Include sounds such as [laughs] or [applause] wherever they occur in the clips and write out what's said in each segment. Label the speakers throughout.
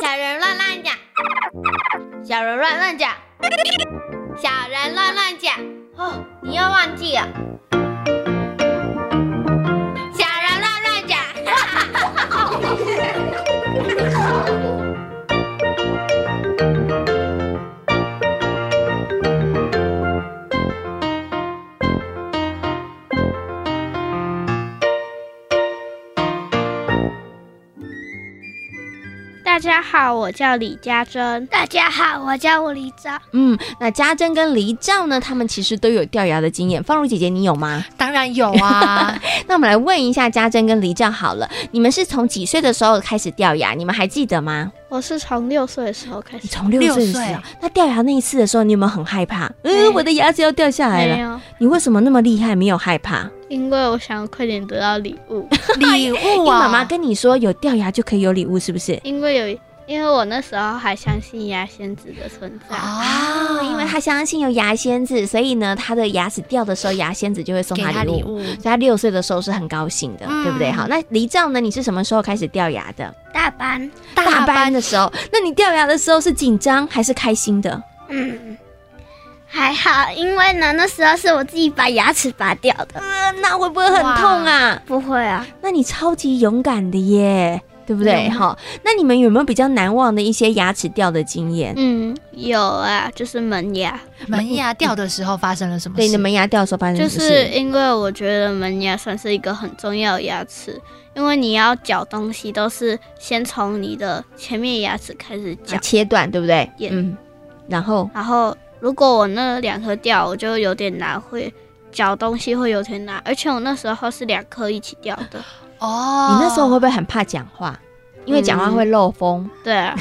Speaker 1: 小人乱乱讲，小人乱乱讲，小人乱乱讲。哦，你又忘记了。小人乱乱讲，
Speaker 2: 大家好，我叫李家珍。
Speaker 3: 大家好，我叫吴黎昭。
Speaker 4: 嗯，那家珍跟黎照呢，他们其实都有掉牙的经验。芳如姐姐，你有吗？
Speaker 5: 当然有啊，
Speaker 4: [laughs] 那我们来问一下家珍跟黎照好了，你们是从几岁的时候开始掉牙？你们还记得吗？
Speaker 2: 我是从六岁的时
Speaker 3: 嗯
Speaker 2: 候开
Speaker 4: 你
Speaker 2: 始，
Speaker 4: 从六岁的时
Speaker 5: 六
Speaker 4: 候
Speaker 5: 岁，
Speaker 4: 那掉牙那一次的时候，你有没有很害怕？
Speaker 2: 没有
Speaker 4: 嗯，我的牙齿要掉下来
Speaker 2: 没
Speaker 4: 了。
Speaker 3: 啊
Speaker 2: 有，
Speaker 4: 你为什么那么厉害？没有害怕？
Speaker 2: 哦因为我想快点得到礼
Speaker 3: [laughs]
Speaker 2: 物，
Speaker 5: 礼物
Speaker 4: 因为
Speaker 5: 啊，
Speaker 4: 妈妈跟你说有掉牙就可以有礼物，是不是？
Speaker 2: 因为有，因为我那时候还相信牙仙子的存在。
Speaker 5: 啊，
Speaker 4: 因为她相信有牙仙子，所以呢，她的牙齿掉的时候，牙仙子就会送
Speaker 5: 给
Speaker 4: 她
Speaker 5: 他
Speaker 4: 礼
Speaker 5: 礼
Speaker 4: 物。
Speaker 5: 物，
Speaker 4: 所以她六岁的时候是很高兴的，
Speaker 5: 嗯
Speaker 4: 对不对？好，那黎照呢？你是什么时候开始掉牙的？
Speaker 3: 大班，
Speaker 4: 大班的时候。那你掉牙的时候是紧张还是开心的？
Speaker 3: 嗯， [laughs] 还好，因为呢，那时候是我自己把牙齿拔掉的。
Speaker 4: 呃，那会不会很痛啊？
Speaker 3: 不会啊，
Speaker 4: 那你超级勇敢的耶，对不对？
Speaker 2: 勇
Speaker 4: 哈，那你们有没有比较难忘的一些牙齿掉的经验？
Speaker 2: 嗯，有啊，就是门牙，
Speaker 5: 门牙掉的时候发生了什么事？
Speaker 4: 对，你的门牙掉的时候
Speaker 3: 嗯
Speaker 4: 发生什
Speaker 2: 就
Speaker 4: 么事？
Speaker 2: 是因为我觉得门牙算是一个很重要的牙齿，因为你要嚼东西都是先从你的前面牙齿开始嚼
Speaker 4: 啊、，切断，对不对？
Speaker 2: Yeah
Speaker 4: 嗯，然后
Speaker 2: 然后如果我那两颗掉，我就有点难，会嚼东西会有点难，而且我那时候是两颗一起掉
Speaker 3: [laughs]
Speaker 2: 的，
Speaker 5: 哦，
Speaker 4: 你那时候会不会很怕讲话？因为讲话会漏风、
Speaker 2: 对啊。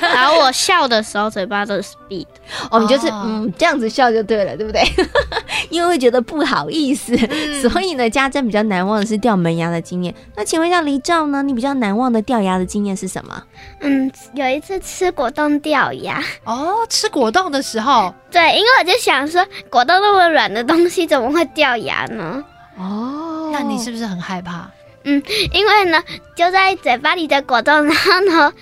Speaker 2: 然后我笑的时候嘴巴都是闭的，
Speaker 4: 哦，你就是、
Speaker 5: 哦
Speaker 4: 嗯这样子笑就对了，对不 [laughs] 对？因为会觉得不好意思，所以呢，家珍比较难忘的是掉门牙的经验。那请问一下黎照呢，你比较难忘的掉牙的经验是什么？
Speaker 3: 嗯，有一次吃果冻掉牙，
Speaker 5: 哦，吃果冻的时候，
Speaker 4: 哦
Speaker 3: 对，因为我就想说，果冻那么软的东西怎么会掉牙呢？
Speaker 4: 哦
Speaker 5: 那你是不是很害怕？
Speaker 3: 因为呢，就在嘴巴里的果冻，然后呢，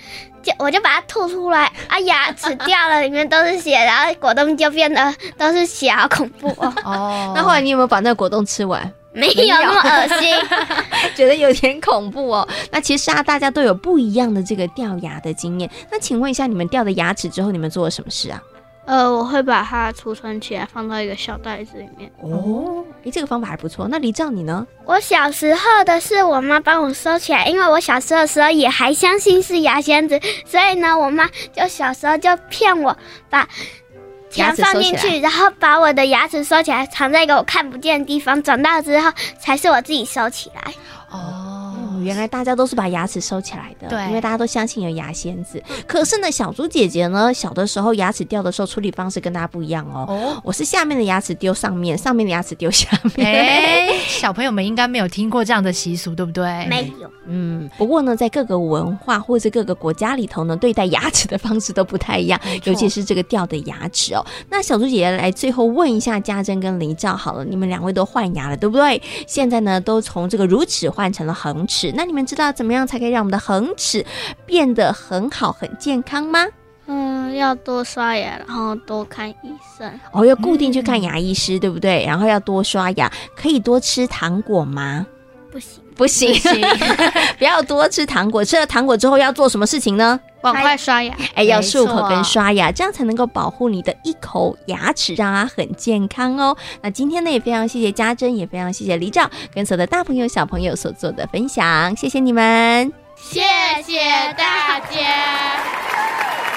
Speaker 3: 就我就把它吐出来，啊，牙齿掉了，里面都是血，然后果冻就变得都是血，好恐怖哦！
Speaker 5: 哦，
Speaker 4: [laughs] 那后来你有没有把那个果冻吃完？
Speaker 3: [laughs]
Speaker 4: [laughs]
Speaker 3: 没有那么恶心，
Speaker 4: 觉得有点恐怖哦。那其实啊，大家都有不一样的这个掉牙的经验。那请问一下，你们掉的牙齿之后，你们做了什么事啊？
Speaker 2: 呃，我会把它储存起来，放到一个小袋子里面。
Speaker 4: 哦，诶，这个方法还不错。那黎照你呢？
Speaker 3: 我小时候的是我妈帮我收起来，因为我小时候的时候也还相信是牙仙子，所以呢，我妈就小时候就骗我把
Speaker 4: 牙
Speaker 3: 钱
Speaker 4: 齿
Speaker 3: 放
Speaker 4: 收
Speaker 3: 进
Speaker 4: 起
Speaker 3: 去，然后把我的牙齿收起来，藏在一个我看不见的地方。长大之后才是我自己收起来。
Speaker 4: 哦
Speaker 5: 哦，，
Speaker 4: 原来大家都是把牙齿收起来的，
Speaker 5: 对嗯
Speaker 4: 因为大家都相信有牙仙子。可是呢，小猪姐姐呢，小的时候牙齿掉的时候处理方式跟大家不一样哦。 [laughs]
Speaker 5: 哦，
Speaker 4: 我是下面的牙齿丢上面，上面的牙齿丢下面。
Speaker 5: 哎，小朋友们应该没有听过这样的习俗，对不对？
Speaker 4: 哎
Speaker 3: 没有，
Speaker 4: 嗯，不过呢，在各个文化或者各个国家里头呢，对待牙齿的方式都不太一样
Speaker 5: 没，错
Speaker 4: 尤其是这个掉的牙齿哦。那小猪姐姐来最后问一下家珍跟黎照好了，你们两位都换牙了，对不对？现在呢，都从这个乳齿换成了恒齿，那你们知道怎么样才可以让我们的恒齿变得很好、很健康吗？
Speaker 2: 嗯，要多刷牙，然后多看医生。
Speaker 4: 哦，要固定去看牙医师，对不对？然后要多刷牙，可以多吃糖果吗？
Speaker 3: 不行，
Speaker 4: 不行， [laughs] 不要多吃糖果。吃了糖果之后要做什么事情呢？
Speaker 2: 赶快刷牙，
Speaker 4: 哎，要
Speaker 5: 没
Speaker 4: 漱口跟
Speaker 5: 错啊
Speaker 4: 刷牙，这样才能够保护你的一口牙齿，让它很健康哦。那今天呢，也非常谢谢家珍，也非常谢谢李长跟所有的大朋友小朋友所做的分享，谢谢你们。
Speaker 2: 谢谢大家。